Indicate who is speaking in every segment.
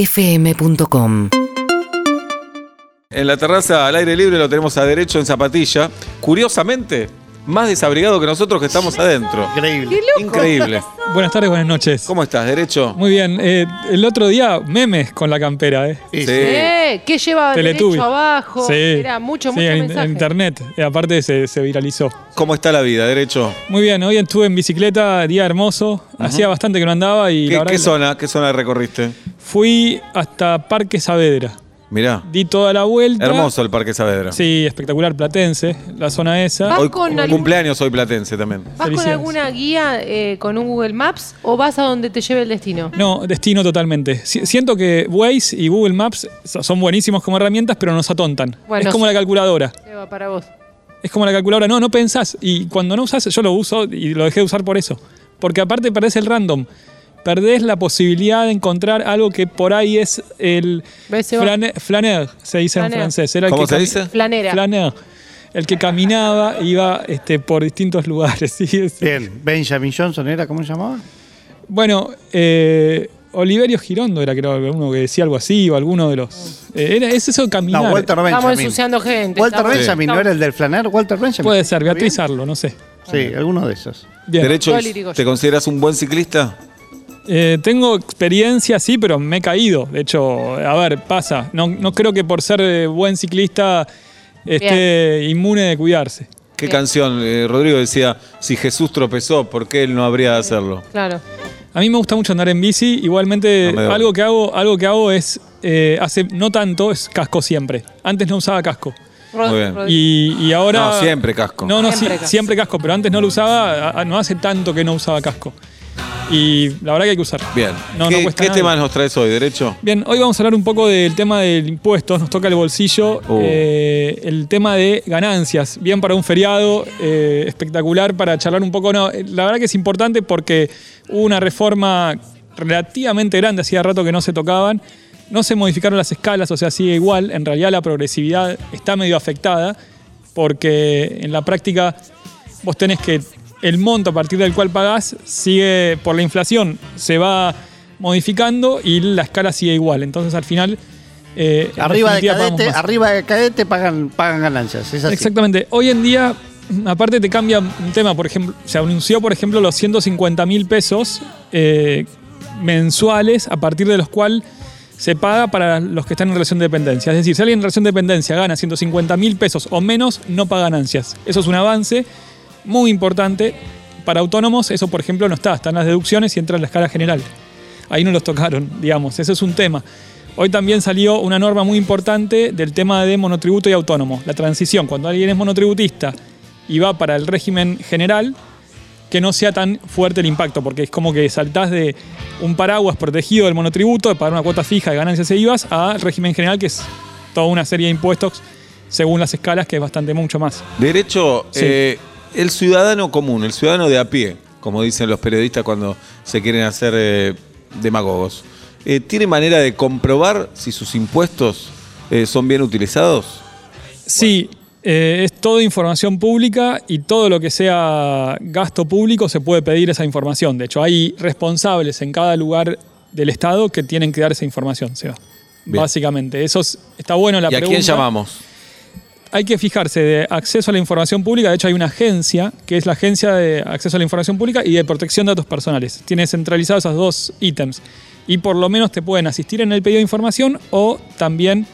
Speaker 1: urbanaplayfm.com
Speaker 2: En la terraza al aire libre lo tenemos a derecho en zapatilla. Curiosamente, más desabrigado que nosotros que estamos adentro.
Speaker 3: Increíble.
Speaker 2: Increíble.
Speaker 4: Buenas tardes, buenas noches.
Speaker 2: ¿Cómo estás, derecho?
Speaker 4: Muy bien. eh, el otro día, memes con la campera, ¿eh?
Speaker 3: Sí,
Speaker 5: ¿Eh? ¿Qué lleva
Speaker 4: Teletubby.
Speaker 5: derecho abajo?
Speaker 4: Sí.
Speaker 5: Era mucho,
Speaker 4: Sí,
Speaker 5: mucho
Speaker 4: en,
Speaker 5: mensaje.
Speaker 4: en internet. Eh, aparte, se, se viralizó.
Speaker 2: ¿Cómo está la vida, derecho?
Speaker 4: Muy bien, hoy estuve en bicicleta, día hermoso. Hacía bastante que no andaba y. la
Speaker 2: ¿Qué,
Speaker 4: verdad
Speaker 2: qué
Speaker 4: que
Speaker 2: zona, ¿Qué zona recorriste?
Speaker 4: Fui hasta Parque Saavedra.
Speaker 2: Mirá.
Speaker 4: Di toda la vuelta.
Speaker 2: Hermoso el Parque Saavedra.
Speaker 4: Sí, espectacular, platense, la zona esa.
Speaker 5: ¿Vas
Speaker 2: Hoy
Speaker 5: con
Speaker 2: cum-
Speaker 5: algún-
Speaker 2: cumpleaños soy platense también.
Speaker 5: ¿Vas con
Speaker 4: Felicidades.
Speaker 5: alguna guía eh, con un Google Maps o vas a donde te lleve el destino?
Speaker 4: No, destino totalmente. Si- Siento que Waze y Google Maps so- son buenísimos como herramientas, pero nos atontan.
Speaker 5: Bueno,
Speaker 4: es como
Speaker 5: sí.
Speaker 4: la calculadora.
Speaker 5: Seba, para vos.
Speaker 4: Es como la calculadora, no, no pensás. Y cuando no usás, yo lo uso y lo dejé de usar por eso. Porque aparte perdés el random. Perdés la posibilidad de encontrar algo que por ahí es el
Speaker 5: ¿Ves, Seba?
Speaker 4: flane- flaneur, se dice
Speaker 5: Flaneur.
Speaker 4: en francés. Era el
Speaker 2: ¿Cómo
Speaker 4: que
Speaker 2: se
Speaker 4: cami-
Speaker 2: dice?
Speaker 5: Flanera.
Speaker 4: Flaneur. El que caminaba iba este, por distintos lugares. ¿sí? Es-
Speaker 3: Bien. Benjamin Johnson era, ¿cómo se llamaba?
Speaker 4: Bueno, eh, Oliverio Girondo era creo uno que decía algo así, o alguno de los... eh, era- es eso caminar.
Speaker 3: No, Walter Benjamin.
Speaker 5: Estamos ensuciando gente.
Speaker 3: Walter
Speaker 5: estamos-
Speaker 3: Benjamin, ¿no era el del flaner? Walter Benjamin.
Speaker 4: Puede ser, Beatriz
Speaker 3: ¿Está
Speaker 4: Arlo, no sé.
Speaker 3: bien? Sí, alguno de esos.
Speaker 4: Bien.
Speaker 2: Derecho,
Speaker 5: Yo al Irigoyen.
Speaker 2: ¿te consideras un buen ciclista?
Speaker 4: Eh, tengo experiencia, sí, pero me he caído. De hecho, a ver, pasa. No, no creo que por ser eh, buen ciclista esté inmune de cuidarse.
Speaker 2: ¿Qué
Speaker 5: Bien.
Speaker 2: canción? Eh, Rodrigo decía, si Jesús tropezó, ¿por qué él no habría de hacerlo?
Speaker 5: Claro.
Speaker 4: A mí me gusta mucho andar en bici. Igualmente,
Speaker 2: No me da
Speaker 4: algo,
Speaker 2: bola.
Speaker 4: que hago, algo que hago es, eh, hace no tanto, es casco siempre. Antes no usaba casco.
Speaker 5: Rod-
Speaker 2: Muy bien.
Speaker 5: Rod-
Speaker 4: Y, y ahora...
Speaker 2: No, siempre casco.
Speaker 4: No, no, sí,
Speaker 5: Siempre
Speaker 4: siempre,
Speaker 5: casco.
Speaker 4: casco, pero antes no lo usaba, a- a- no hace tanto que no usaba casco. Y la verdad que hay que usar.
Speaker 2: Bien.
Speaker 4: No, no
Speaker 2: ¿Qué,
Speaker 4: cuesta
Speaker 2: qué
Speaker 4: nada.
Speaker 2: temas nos traes hoy, derecho?
Speaker 4: Bien, hoy vamos a hablar un poco del tema del impuestos, nos toca el bolsillo,
Speaker 2: Oh.
Speaker 4: eh, el tema de ganancias, bien para un feriado, eh, espectacular para charlar un poco. No, eh, la verdad que es importante porque hubo una reforma relativamente grande, hacía rato que no se tocaban, no se modificaron las escalas, o sea, sigue igual, en realidad la progresividad está medio afectada porque en la práctica vos tenés que el monto a partir del cual pagás sigue por la inflación, se va modificando y la escala sigue igual. Entonces al final... eh, en
Speaker 3: Arriba de
Speaker 4: definitiva, pagamos
Speaker 3: cadete,
Speaker 4: más.
Speaker 3: arriba de cadete pagan, pagan ganancias. Es así.
Speaker 4: Exactamente. Hoy en día, aparte te cambia un tema, por ejemplo, se anunció, por ejemplo, los 150 mil pesos eh, mensuales a partir de los cuales se paga para los que están en relación de dependencia. Es decir, si alguien en relación de dependencia gana 150 mil pesos o menos, no paga ganancias. Eso es un avance muy importante. Para autónomos, eso, por ejemplo, no está. Están las deducciones y entra en la escala general. Ahí no los tocaron, digamos. Ese es un tema. Hoy también salió una norma muy importante del tema de monotributo y autónomo, la transición. Cuando alguien es monotributista y va para el régimen general, que no sea tan fuerte el impacto, porque es como que saltás de un paraguas protegido del monotributo, de pagar una cuota fija de ganancias e IVAs, al régimen general, que es toda una serie de impuestos según las escalas, que es bastante mucho más.
Speaker 2: Derecho,
Speaker 4: Sí.
Speaker 2: eh, el ciudadano común, el ciudadano de a pie, como dicen los periodistas cuando se quieren hacer eh, demagogos, eh, ¿tiene manera de comprobar si sus impuestos eh, son bien utilizados?
Speaker 4: Sí, eh, es toda información pública y todo lo que sea gasto público se puede pedir esa información. De hecho, hay responsables en cada lugar del Estado que tienen que dar esa información, Seba.
Speaker 2: Bien.
Speaker 4: Básicamente, eso es- está bueno
Speaker 2: ¿Y
Speaker 4: la
Speaker 2: a
Speaker 4: pregunta.
Speaker 2: quién llamamos?
Speaker 4: Hay que fijarse de acceso a la información pública. De hecho, hay una agencia que es la Agencia de Acceso a la Información Pública y de Protección de Datos Personales. Tiene centralizados esos dos ítems. Y por lo menos te pueden asistir en el pedido de información o también,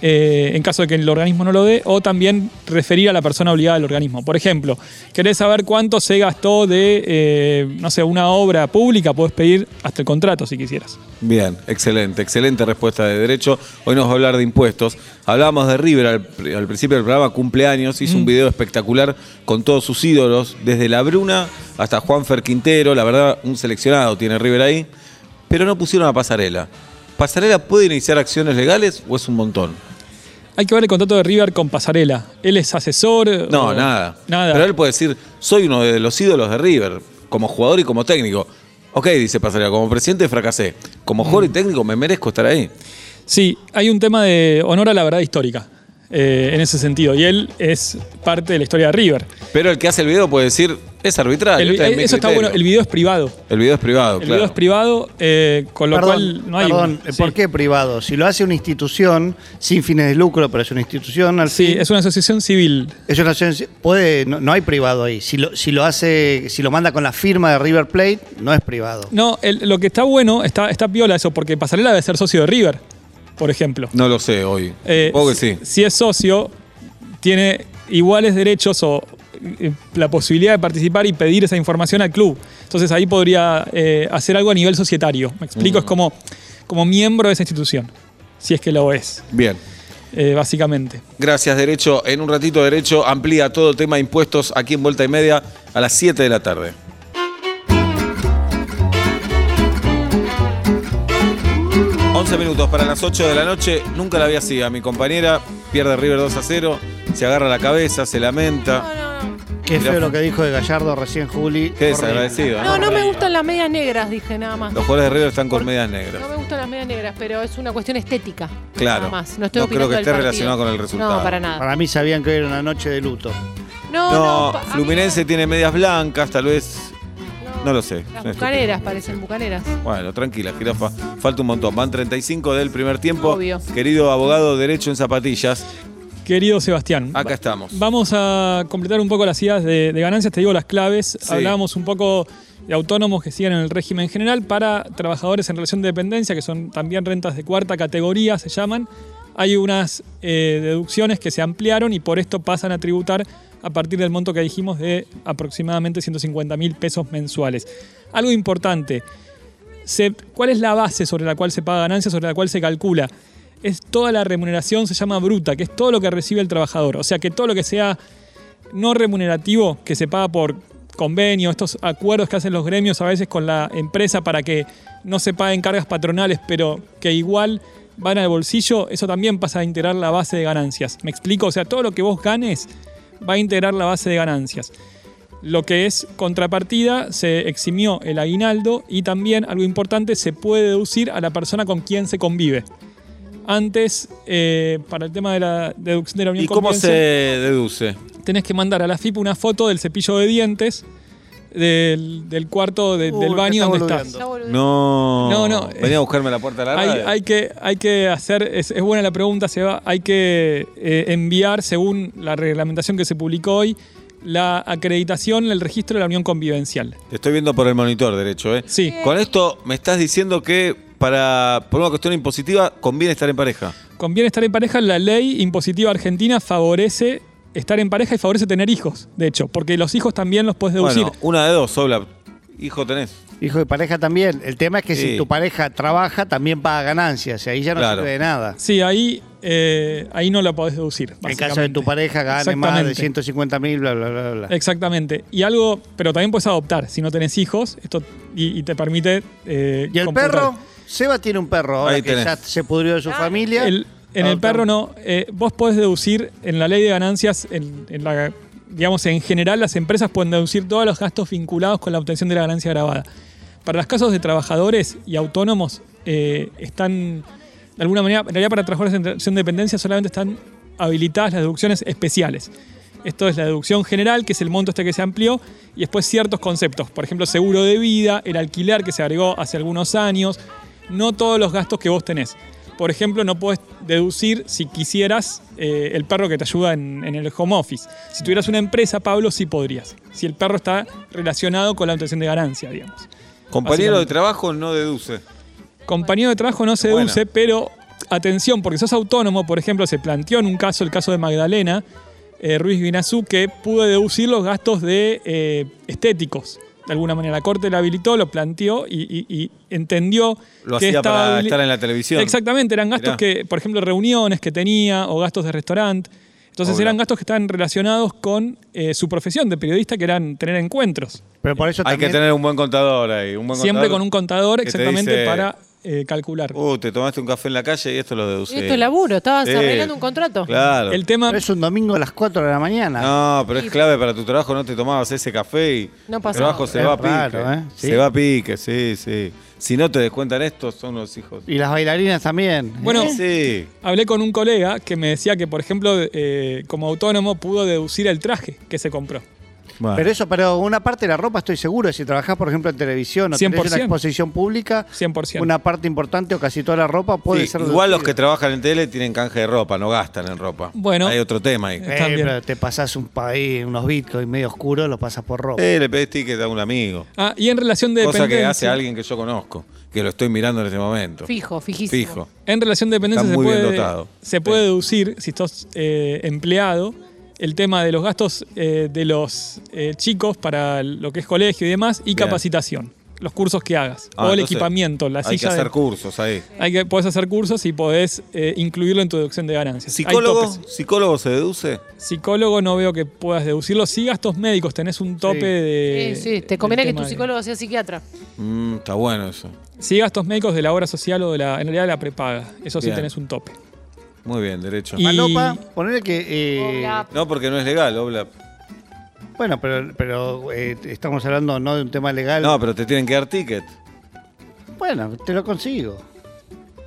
Speaker 4: eh, en caso de que el organismo no lo dé, o también referir a la persona obligada del organismo. Por ejemplo, querés saber cuánto se gastó de, eh, no sé, una obra pública, podés pedir hasta el contrato si quisieras.
Speaker 2: Bien, excelente, excelente respuesta de derecho. Hoy nos va a hablar de impuestos. Hablábamos de River al, pr- al principio del programa, cumpleaños, hizo un video espectacular con todos sus ídolos, desde La Bruna hasta Juanfer Quintero, la verdad un seleccionado tiene River ahí, pero no pusieron a Pasarela. ¿Pasarela puede iniciar acciones legales o es un montón?
Speaker 4: Hay que ver el contrato de River con Pasarela. Él es asesor.
Speaker 2: No,
Speaker 4: o-
Speaker 2: nada.
Speaker 4: Nada.
Speaker 2: Pero él puede decir, soy uno de los ídolos de River, como jugador y como técnico. Ok, dice Pasarela, como presidente fracasé, como jugador y técnico me merezco estar ahí.
Speaker 4: Sí, hay un tema de honor a la verdad histórica. eh, en ese sentido. Y él es parte de la historia de River.
Speaker 2: Pero el que hace el video puede decir, es arbitrario.
Speaker 4: El- eh,
Speaker 2: está en mi
Speaker 4: eso está
Speaker 2: criterio".
Speaker 4: bueno. El video es privado.
Speaker 2: El video es privado,
Speaker 4: El
Speaker 2: claro.
Speaker 4: video es privado, eh, con lo
Speaker 3: Perdón,
Speaker 4: cual no hay.
Speaker 3: perdón,
Speaker 4: sí.
Speaker 3: ¿por qué privado? Si lo hace una institución sin fines de lucro, pero es una institución, al
Speaker 4: Sí,
Speaker 3: fin,
Speaker 4: es una asociación civil.
Speaker 3: es una asociación- puede, no, no hay privado ahí. Si lo, si lo hace, si lo manda con la firma de River Plate, no es privado.
Speaker 4: No, el- lo que está bueno, está, está piola eso, porque Pasarela debe ser socio de River, por ejemplo.
Speaker 2: No lo sé hoy.
Speaker 4: Eh,
Speaker 2: Supongo que
Speaker 4: si-
Speaker 2: sí.
Speaker 4: Si es socio, tiene iguales derechos o eh, la posibilidad de participar y pedir esa información al club. Entonces ahí podría eh, hacer algo a nivel societario. Me explico, es
Speaker 2: Mm.
Speaker 4: como, como miembro de esa institución, si es que lo es,
Speaker 2: Bien.
Speaker 4: eh, básicamente.
Speaker 2: Gracias, Derecho. En un ratito, Derecho amplía todo tema de impuestos aquí en Vuelta y Media a las 7 de la tarde. Once minutos para las 8 de la noche. Nunca la vi así. A mi compañera pierde River 2 a 0. Se agarra la cabeza, se lamenta.
Speaker 5: No, no,
Speaker 3: Qué
Speaker 2: Mirá.
Speaker 3: feo lo que dijo de Gallardo recién, Juli.
Speaker 2: Qué
Speaker 3: Horrible.
Speaker 2: desagradecido.
Speaker 5: no.
Speaker 2: ¿no?
Speaker 5: No, no me gustan las medias negras, dije nada más.
Speaker 2: Los jugadores de River están con medias negras.
Speaker 5: No me gustan las medias negras, pero es una cuestión estética.
Speaker 2: Claro.
Speaker 5: Nada más. No, estoy
Speaker 2: No creo
Speaker 5: opinando
Speaker 2: que
Speaker 5: del
Speaker 2: esté
Speaker 5: partido.
Speaker 2: relacionado con el resultado.
Speaker 5: No, para nada.
Speaker 3: Para mí sabían que hoy era una noche de luto.
Speaker 5: No, no.
Speaker 2: No,
Speaker 5: pa- a mí
Speaker 2: Fluminense tiene medias blancas, tal vez. no lo sé.
Speaker 5: Las
Speaker 2: No es
Speaker 5: bucaneras parecen bucaneras.
Speaker 2: Bueno, tranquila, jirafa. Falta un montón. Van 35 del primer tiempo.
Speaker 5: Obvio.
Speaker 2: Querido abogado derecho en zapatillas,
Speaker 4: Querido Sebastián,
Speaker 2: acá estamos.
Speaker 4: Vamos a completar un poco las ideas de, de ganancias, te digo las claves.
Speaker 2: Sí.
Speaker 4: Hablábamos un poco de autónomos que siguen en el régimen general para trabajadores en relación de dependencia, que son también rentas de cuarta categoría, se llaman. Hay unas eh, deducciones que se ampliaron y por esto pasan a tributar a partir del monto que dijimos de aproximadamente 150 mil pesos mensuales. Algo importante, se- ¿cuál es la base sobre la cual se paga ganancia, sobre la cual se calcula? Es toda la remuneración, se llama bruta, que es todo lo que recibe el trabajador. O sea que todo lo que sea no remunerativo, que se paga por convenio, estos acuerdos que hacen los gremios a veces con la empresa para que no se paguen cargas patronales, pero que igual van al bolsillo, eso también pasa a integrar la base de ganancias. ¿Me explico? O sea, todo lo que vos ganes va a integrar la base de ganancias. Lo que es contrapartida, se eximió el aguinaldo y también, algo importante, se puede deducir a la persona con quien se convive. Antes, eh, para el tema de la deducción de la unión
Speaker 2: ¿Y cómo se
Speaker 4: convivencia-
Speaker 2: deduce?
Speaker 4: tenés que mandar a la FIP una foto del cepillo de dientes del, del cuarto de-
Speaker 3: Uy,
Speaker 4: del
Speaker 3: te
Speaker 4: baño
Speaker 3: está
Speaker 4: donde
Speaker 3: boludeando.
Speaker 4: estás.
Speaker 5: No, boludo.
Speaker 2: No.
Speaker 4: No, no.
Speaker 2: Venía a buscarme a la puerta de la
Speaker 4: Hay,
Speaker 2: radio.
Speaker 4: hay que, hay que hacer, es, es buena la pregunta, Seba, hay que eh, enviar, según la reglamentación que se publicó hoy, la acreditación, el registro de la unión convivencial.
Speaker 2: Te estoy viendo por el monitor derecho, ¿eh?
Speaker 4: Sí.
Speaker 2: Con esto me estás diciendo que para por una cuestión impositiva conviene estar en pareja.
Speaker 4: Conviene estar en pareja, la ley impositiva argentina favorece estar en pareja y favorece tener hijos, de hecho, porque los hijos también los puedes deducir.
Speaker 2: Bueno, una de dos, Obla. Hijo tenés.
Speaker 3: Hijo de pareja también. El tema es que
Speaker 2: Sí.
Speaker 3: si tu pareja trabaja, también paga ganancias. Y ahí ya no
Speaker 2: Claro.
Speaker 3: sirve de nada.
Speaker 4: Sí, ahí, eh, ahí no la podés deducir.
Speaker 3: En caso de tu
Speaker 4: básicamente.
Speaker 3: pareja gane más de
Speaker 4: Exactamente.
Speaker 3: 150 mil, bla, bla, bla, bla.
Speaker 4: Exactamente. Y algo, pero también puedes adoptar si no tenés hijos. Esto y, y te permite. eh,
Speaker 3: ¿Y el
Speaker 4: computar.
Speaker 3: perro? Seba tiene un perro ahora
Speaker 2: Ahí
Speaker 3: que
Speaker 2: tenés.
Speaker 3: ya se pudrió de su familia.
Speaker 4: Ah, El- en el
Speaker 3: Adoptar.
Speaker 4: perro no. Eh, vos podés deducir en la ley de ganancias, en, en la, digamos, en general, las empresas pueden deducir todos los gastos vinculados con la obtención de la ganancia grabada. Para los casos de trabajadores y autónomos, eh, están, de alguna manera, en realidad para trabajadores en relación de dependencia solamente están habilitadas las deducciones especiales. Esto es la deducción general, que es el monto este que se amplió, y después ciertos conceptos, por ejemplo, seguro de vida, el alquiler que se agregó hace algunos años, no todos los gastos que vos tenés. Por ejemplo, no puedes deducir si quisieras eh, el perro que te ayuda en, en el home office. Si tuvieras una empresa, Pablo, sí podrías. Si el perro está relacionado con la obtención de ganancia, digamos.
Speaker 2: Compañero de
Speaker 4: Básicamente.
Speaker 2: trabajo no deduce.
Speaker 4: Compañero de trabajo no se
Speaker 2: Bueno.
Speaker 4: deduce, pero atención, porque sos autónomo, por ejemplo, se planteó en un caso, el caso de Magdalena eh, Ruiz Vinazú, que pudo deducir los gastos de eh, estéticos. De alguna manera, la corte la habilitó, lo planteó y, y- y entendió
Speaker 2: Lo
Speaker 4: que
Speaker 2: hacía
Speaker 4: estaba
Speaker 2: para
Speaker 4: habili-
Speaker 2: estar en la televisión.
Speaker 4: Exactamente, eran gastos
Speaker 2: Mirá.
Speaker 4: que, por ejemplo, reuniones que tenía o gastos de restaurante. Entonces
Speaker 2: Obvio.
Speaker 4: eran gastos que estaban relacionados con eh, su profesión de periodista, que eran tener encuentros.
Speaker 3: Pero por eso
Speaker 2: Hay que
Speaker 3: también
Speaker 2: tener un buen contador ahí. un buen
Speaker 4: Siempre
Speaker 2: contador
Speaker 4: con un contador,
Speaker 2: que te
Speaker 4: exactamente,
Speaker 2: dice,
Speaker 4: para eh, calcular.
Speaker 2: Uh, te tomaste un café en la calle y esto lo deducí.
Speaker 5: Esto es laburo, estabas
Speaker 2: Sí.
Speaker 5: arreglando un contrato.
Speaker 2: Claro.
Speaker 4: El tema,
Speaker 3: Pero es un domingo a las 4 de la mañana.
Speaker 2: No, pero es clave para tu trabajo, no te tomabas ese café y
Speaker 5: No
Speaker 2: el
Speaker 5: pasó.
Speaker 2: trabajo se
Speaker 3: Es
Speaker 2: va a
Speaker 3: raro,
Speaker 2: pique.
Speaker 3: ¿eh? Sí.
Speaker 2: Se va a pique, sí, sí. Si no te descuentan esto, son los hijos.
Speaker 3: Y las bailarinas también.
Speaker 4: Bueno,
Speaker 2: sí.
Speaker 4: hablé con un colega que me decía que, por ejemplo, eh, como autónomo pudo deducir el traje que se compró.
Speaker 2: Bueno.
Speaker 3: Pero eso, pero una parte de la ropa estoy seguro, si trabajás, por ejemplo, en televisión o tenés
Speaker 4: 100%.
Speaker 3: una exposición pública,
Speaker 4: 100%.
Speaker 3: una parte importante o casi toda la ropa puede
Speaker 2: Sí,
Speaker 3: ser
Speaker 2: igual los que
Speaker 3: deducida.
Speaker 2: trabajan en tele tienen canje de ropa, no gastan en ropa.
Speaker 4: Bueno.
Speaker 2: Hay otro tema ahí.
Speaker 4: Eh.
Speaker 2: Eh,
Speaker 3: Eh,
Speaker 4: también.
Speaker 3: pero te pasás un país, unos bitcoins medio oscuros, los pasas por ropa.
Speaker 2: le pedís ticket a un amigo.
Speaker 4: Ah, y en relación de
Speaker 2: Cosa que
Speaker 4: dependencia.
Speaker 2: hace alguien que yo conozco, que lo estoy mirando en este momento.
Speaker 5: Fijo, fijísimo.
Speaker 2: Fijo.
Speaker 4: En relación de dependencia
Speaker 2: Está
Speaker 4: se
Speaker 2: muy bien
Speaker 4: puede,
Speaker 2: dotado.
Speaker 4: se puede
Speaker 2: Sí.
Speaker 4: deducir, si estás eh, empleado, el tema de los gastos eh, de los eh, chicos para lo que es colegio y demás, y
Speaker 2: Bien.
Speaker 4: capacitación, los cursos que hagas,
Speaker 2: Ah,
Speaker 4: o el
Speaker 2: entonces,
Speaker 4: equipamiento, la
Speaker 2: Hay
Speaker 4: silla.
Speaker 2: que hacer
Speaker 4: de-
Speaker 2: cursos ahí.
Speaker 4: hay que, podés hacer cursos y podés eh, incluirlo en tu deducción de ganancias. Hay
Speaker 2: ¿Psicólogo?
Speaker 4: topes.
Speaker 2: ¿Psicólogo se deduce?
Speaker 4: Psicólogo no veo que puedas deducirlo. Sí, gastos médicos, tenés un tope
Speaker 3: Sí.
Speaker 4: de.
Speaker 5: Sí, sí, te
Speaker 4: del
Speaker 5: conviene que
Speaker 4: tema
Speaker 5: tu
Speaker 4: de-
Speaker 5: psicólogo sea psiquiatra.
Speaker 2: Mm, está bueno eso.
Speaker 4: Sí, gastos médicos de la obra social o de la, en realidad de la prepaga. Eso sí
Speaker 2: Bien.
Speaker 4: tenés un tope.
Speaker 2: Muy bien, derecho.
Speaker 4: Y-
Speaker 3: Malopa, ponerle que. eh,
Speaker 5: Oblap.
Speaker 2: No, porque no es legal, Oblap.
Speaker 3: bueno, pero, pero eh, estamos hablando no de un tema legal.
Speaker 2: No, pero te tienen que dar ticket.
Speaker 3: Bueno, te lo consigo.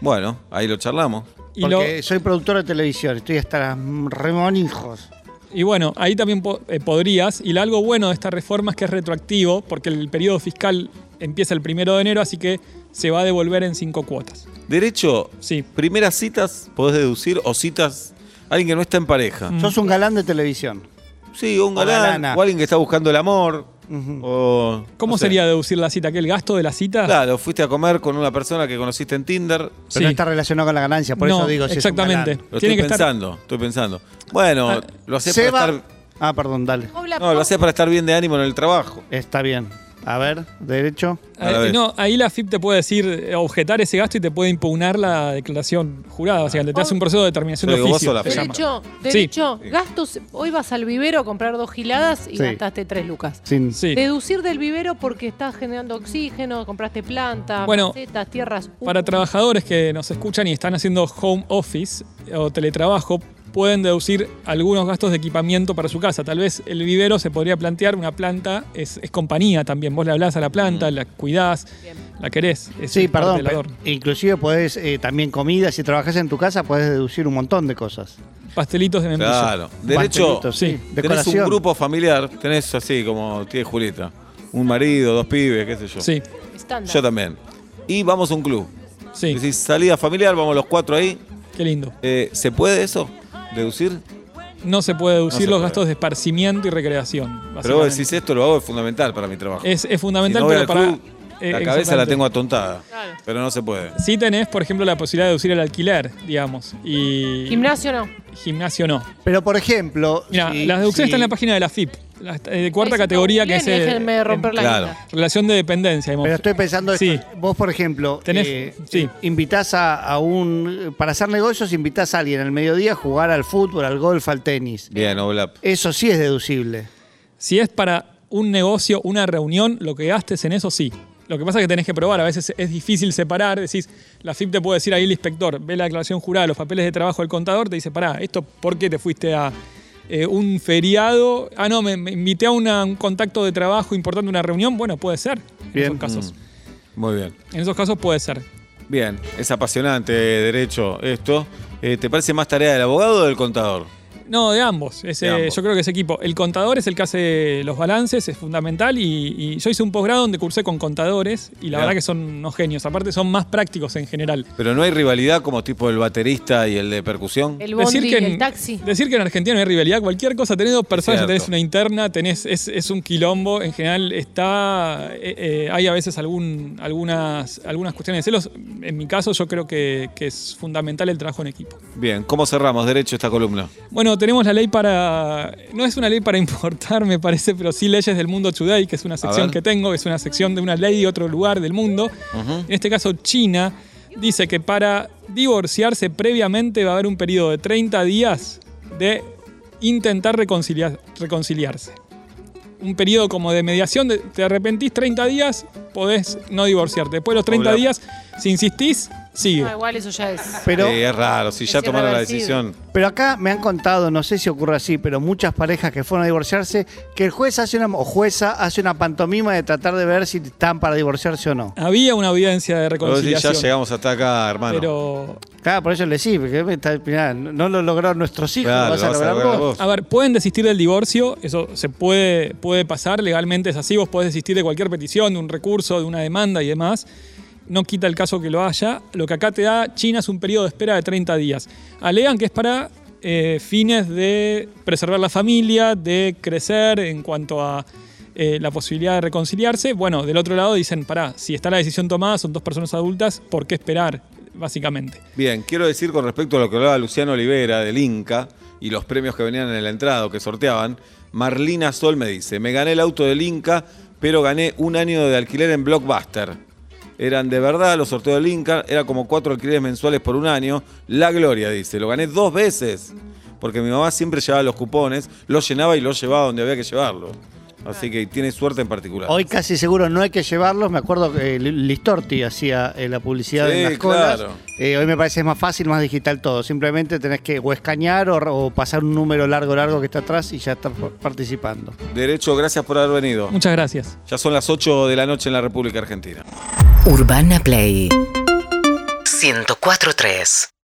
Speaker 2: Bueno, ahí lo charlamos.
Speaker 4: Y, lo-
Speaker 3: Porque soy productor de televisión, estoy hasta las remonijos.
Speaker 4: y bueno, ahí también po- eh, podrías. Y lo- algo bueno de esta reforma es que es retroactivo, porque el periodo fiscal empieza el primero de enero, así que se va a devolver en cinco cuotas.
Speaker 2: Derecho,
Speaker 4: Sí.
Speaker 2: primeras citas podés deducir o citas alguien que no está en pareja.
Speaker 4: Mm.
Speaker 3: Sos un galán de televisión.
Speaker 2: Sí, o un galán,
Speaker 3: galana.
Speaker 2: o alguien que está buscando el amor. o,
Speaker 4: ¿Cómo
Speaker 2: no sé.
Speaker 4: sería deducir la cita? ¿Que el gasto de la cita?
Speaker 2: Claro, fuiste a comer con una persona que conociste en Tinder.
Speaker 3: Pero
Speaker 4: Sí.
Speaker 3: no está relacionado con la ganancia, por
Speaker 4: No,
Speaker 3: eso digo. si es un
Speaker 4: exactamente.
Speaker 3: galán.
Speaker 2: Lo
Speaker 4: Tiene que
Speaker 2: estoy
Speaker 4: estar-
Speaker 2: pensando, estoy pensando. Bueno,
Speaker 4: Ah,
Speaker 2: lo hacés
Speaker 3: Seba-
Speaker 2: para estar.
Speaker 3: Ah, perdón, dale.
Speaker 5: Oblap,
Speaker 2: No, lo hacés para estar bien de ánimo en el trabajo.
Speaker 3: Está bien. A ver, derecho.
Speaker 2: A la
Speaker 4: Ah,
Speaker 2: vez.
Speaker 4: no, ahí la FIP te puede decir, eh, objetar ese gasto y te puede impugnar la declaración jurada. básicamente. te hace un proceso de determinación de
Speaker 2: Pero digo, vos
Speaker 4: oficio.
Speaker 2: sos la
Speaker 4: se
Speaker 2: FIP.
Speaker 4: llama.
Speaker 5: Oh. Derecho,
Speaker 4: Sí.
Speaker 5: derecho, gastos. Hoy vas al vivero a comprar dos giladas y
Speaker 3: Sí.
Speaker 5: gastaste tres lucas.
Speaker 3: Sin...
Speaker 4: Sí.
Speaker 5: Deducir del vivero porque estás generando oxígeno, compraste plantas,
Speaker 4: Bueno,
Speaker 5: macetas, tierras. Uh,
Speaker 4: Para trabajadores que nos escuchan y están haciendo home office o teletrabajo, pueden deducir algunos gastos de equipamiento para su casa. Tal vez el vivero se podría plantear, una planta es, es compañía también. Vos le hablás a la planta,
Speaker 2: Mm.
Speaker 4: la cuidás,
Speaker 5: Bien.
Speaker 4: la querés. es
Speaker 3: Sí,
Speaker 4: parte
Speaker 3: perdón.
Speaker 4: del
Speaker 3: pe-
Speaker 4: adorno.
Speaker 3: Inclusive podés eh, también comida. Si trabajas en tu casa, podés deducir un montón de cosas.
Speaker 4: Pastelitos de membrillo.
Speaker 2: Claro. Derecho,
Speaker 3: Pastelitos,
Speaker 4: Sí.
Speaker 3: sí.
Speaker 2: tenés un
Speaker 3: Decoración.
Speaker 2: grupo familiar, tenés así como tiene Julieta. Un marido, dos pibes, qué sé yo.
Speaker 4: Sí,
Speaker 5: estándar.
Speaker 2: Yo también. Y vamos a un club.
Speaker 4: sí.
Speaker 2: Decís, salida familiar, vamos los cuatro ahí.
Speaker 4: Qué lindo.
Speaker 2: Eh, ¿Se puede eso? ¿Deducir?
Speaker 4: No se puede deducir
Speaker 2: se
Speaker 4: los
Speaker 2: puede.
Speaker 4: gastos de esparcimiento y recreación.
Speaker 2: Pero vos
Speaker 4: básicamente.
Speaker 2: decís esto, lo hago, es fundamental para mi trabajo.
Speaker 4: Es, es
Speaker 2: Si
Speaker 4: fundamental,
Speaker 2: no voy
Speaker 4: pero
Speaker 2: al
Speaker 4: para.
Speaker 2: club,
Speaker 4: eh,
Speaker 2: la cabeza la
Speaker 4: exactamente.
Speaker 2: tengo atontada.
Speaker 5: Claro.
Speaker 2: Pero no se puede.
Speaker 4: Sí tenés, por ejemplo, la posibilidad de deducir el alquiler, digamos. Y
Speaker 5: Gimnasio no.
Speaker 4: Gimnasio no.
Speaker 3: Pero, por ejemplo.
Speaker 4: Mira,
Speaker 3: si-
Speaker 4: las deducciones
Speaker 3: si-
Speaker 4: están en la página de la FIP, la, eh, de cuarta
Speaker 5: Ahí se
Speaker 4: categoría que es
Speaker 5: googleen y
Speaker 4: eh,
Speaker 5: Déjenme de romper
Speaker 4: en
Speaker 5: la
Speaker 2: Claro.
Speaker 5: guita.
Speaker 4: relación de dependencia. digamos.
Speaker 3: Pero estoy pensando, esto.
Speaker 4: Sí.
Speaker 3: vos por ejemplo, eh,
Speaker 4: Tenés- sí.
Speaker 3: invitás a, a un, para hacer negocios, invitás a alguien al mediodía a jugar al fútbol, al golf, al tenis.
Speaker 2: Bien, Oblap.
Speaker 3: Eso sí es deducible.
Speaker 4: Si es para un negocio, una reunión, lo que gastes en eso sí. Lo que pasa es que tenés que probar, a veces es difícil separar, decís, la FIP te puede decir ahí el inspector, ve la declaración jurada, los papeles de trabajo del contador, te dice, pará, ¿esto por qué te fuiste a eh, un feriado? Ah, no, me, me invité a una- un contacto de trabajo importante, una reunión, bueno, puede ser.
Speaker 3: Bien.
Speaker 4: En esos casos.
Speaker 2: Muy bien.
Speaker 4: En esos casos puede ser.
Speaker 2: Bien, es apasionante, eh, derecho, esto. Eh, ¿Te parece más tarea del abogado o del contador?
Speaker 4: No, de ambos. Es,
Speaker 2: De
Speaker 4: eh,
Speaker 2: ambos.
Speaker 4: Yo creo que ese equipo. El contador es el que hace los balances, es fundamental. Y, y yo hice un posgrado donde cursé con contadores y la
Speaker 2: Mirá.
Speaker 4: verdad que son unos genios. Aparte, son más prácticos en general.
Speaker 2: Pero no hay rivalidad como tipo el baterista y el de percusión.
Speaker 5: El bondi,
Speaker 4: que en,
Speaker 5: el taxi.
Speaker 4: decir que en Argentina no hay rivalidad, cualquier cosa, tenés dos personas,
Speaker 2: cierto.
Speaker 4: ya tenés una interna, tenés, es, es un quilombo, en general está, eh, eh, hay a veces algún, algunas, algunas cuestiones de celos. En mi caso yo creo que, que es fundamental el trabajo en equipo.
Speaker 2: Bien, ¿cómo cerramos derecho esta columna?
Speaker 4: Bueno, tenemos la ley para. No es una ley para importar, me parece, pero sí leyes del mundo today, que es una sección
Speaker 2: ver.
Speaker 4: que tengo, que es una sección de una ley de otro lugar del mundo. En este caso, China dice que para divorciarse previamente va a haber un periodo de 30 días de intentar reconcilia- reconciliarse. un periodo como de mediación, de- te arrepentís 30 días, podés no divorciarte. Después de los 30
Speaker 2: Hola.
Speaker 4: días, si insistís, sigue.
Speaker 5: No, Ah, igual eso ya es.
Speaker 3: Pero,
Speaker 2: Eh, es raro, si ya
Speaker 5: Es
Speaker 2: tomaron la
Speaker 5: irreversible.
Speaker 2: decisión.
Speaker 3: pero acá me han contado, no sé si ocurre así, pero muchas parejas que fueron a divorciarse, que el juez hace una, o jueza hace una pantomima de tratar de ver si están para divorciarse o no.
Speaker 4: Había una evidencia de
Speaker 2: Vos decís, ya
Speaker 4: reconciliación.
Speaker 2: llegamos hasta acá, hermano.
Speaker 4: pero
Speaker 3: Claro, por eso le sí, porque está- mirá, no no lo lograron nuestros hijos,
Speaker 2: Claro,
Speaker 3: lo vas a lograr vos.
Speaker 4: A ver, pueden desistir del divorcio, eso se puede, puede pasar, legalmente es así, vos podés desistir de cualquier petición, de un recurso, de una demanda y demás. No quita el caso que lo haya. Lo que acá te da China es un periodo de espera de 30 días. Alegan que es para eh, fines de preservar la familia, de crecer en cuanto a eh, la posibilidad de reconciliarse. Bueno, del otro lado dicen, pará, si está la decisión tomada, son dos personas adultas, ¿por qué esperar? Básicamente.
Speaker 2: Bien, quiero decir con respecto a lo que hablaba Luciano Olivera del Inca y los premios que venían en la entrada o que sorteaban, Marlina Sol me dice, me gané el auto del Inca, pero gané un año de alquiler en Blockbuster. Eran de verdad los sorteos del Inca, era como cuatro alquileres mensuales por un año. La gloria, dice, lo gané dos veces, porque mi mamá siempre llevaba los cupones, los llenaba y los llevaba donde había que llevarlo. Así que tiene suerte en particular.
Speaker 3: Hoy casi seguro no hay que llevarlos. Me acuerdo que eh, Listorti hacía eh, la publicidad
Speaker 2: Sí,
Speaker 3: en las colas.
Speaker 2: claro.
Speaker 3: Eh, hoy me parece es más fácil, más digital todo. Simplemente tenés que o escanear o, o pasar un número largo, largo que está atrás y ya estás por- participando.
Speaker 2: Derecho, gracias por haber venido.
Speaker 4: Muchas gracias.
Speaker 2: Ya son las 8 de la noche en la República Argentina.
Speaker 1: Urbana Play 1043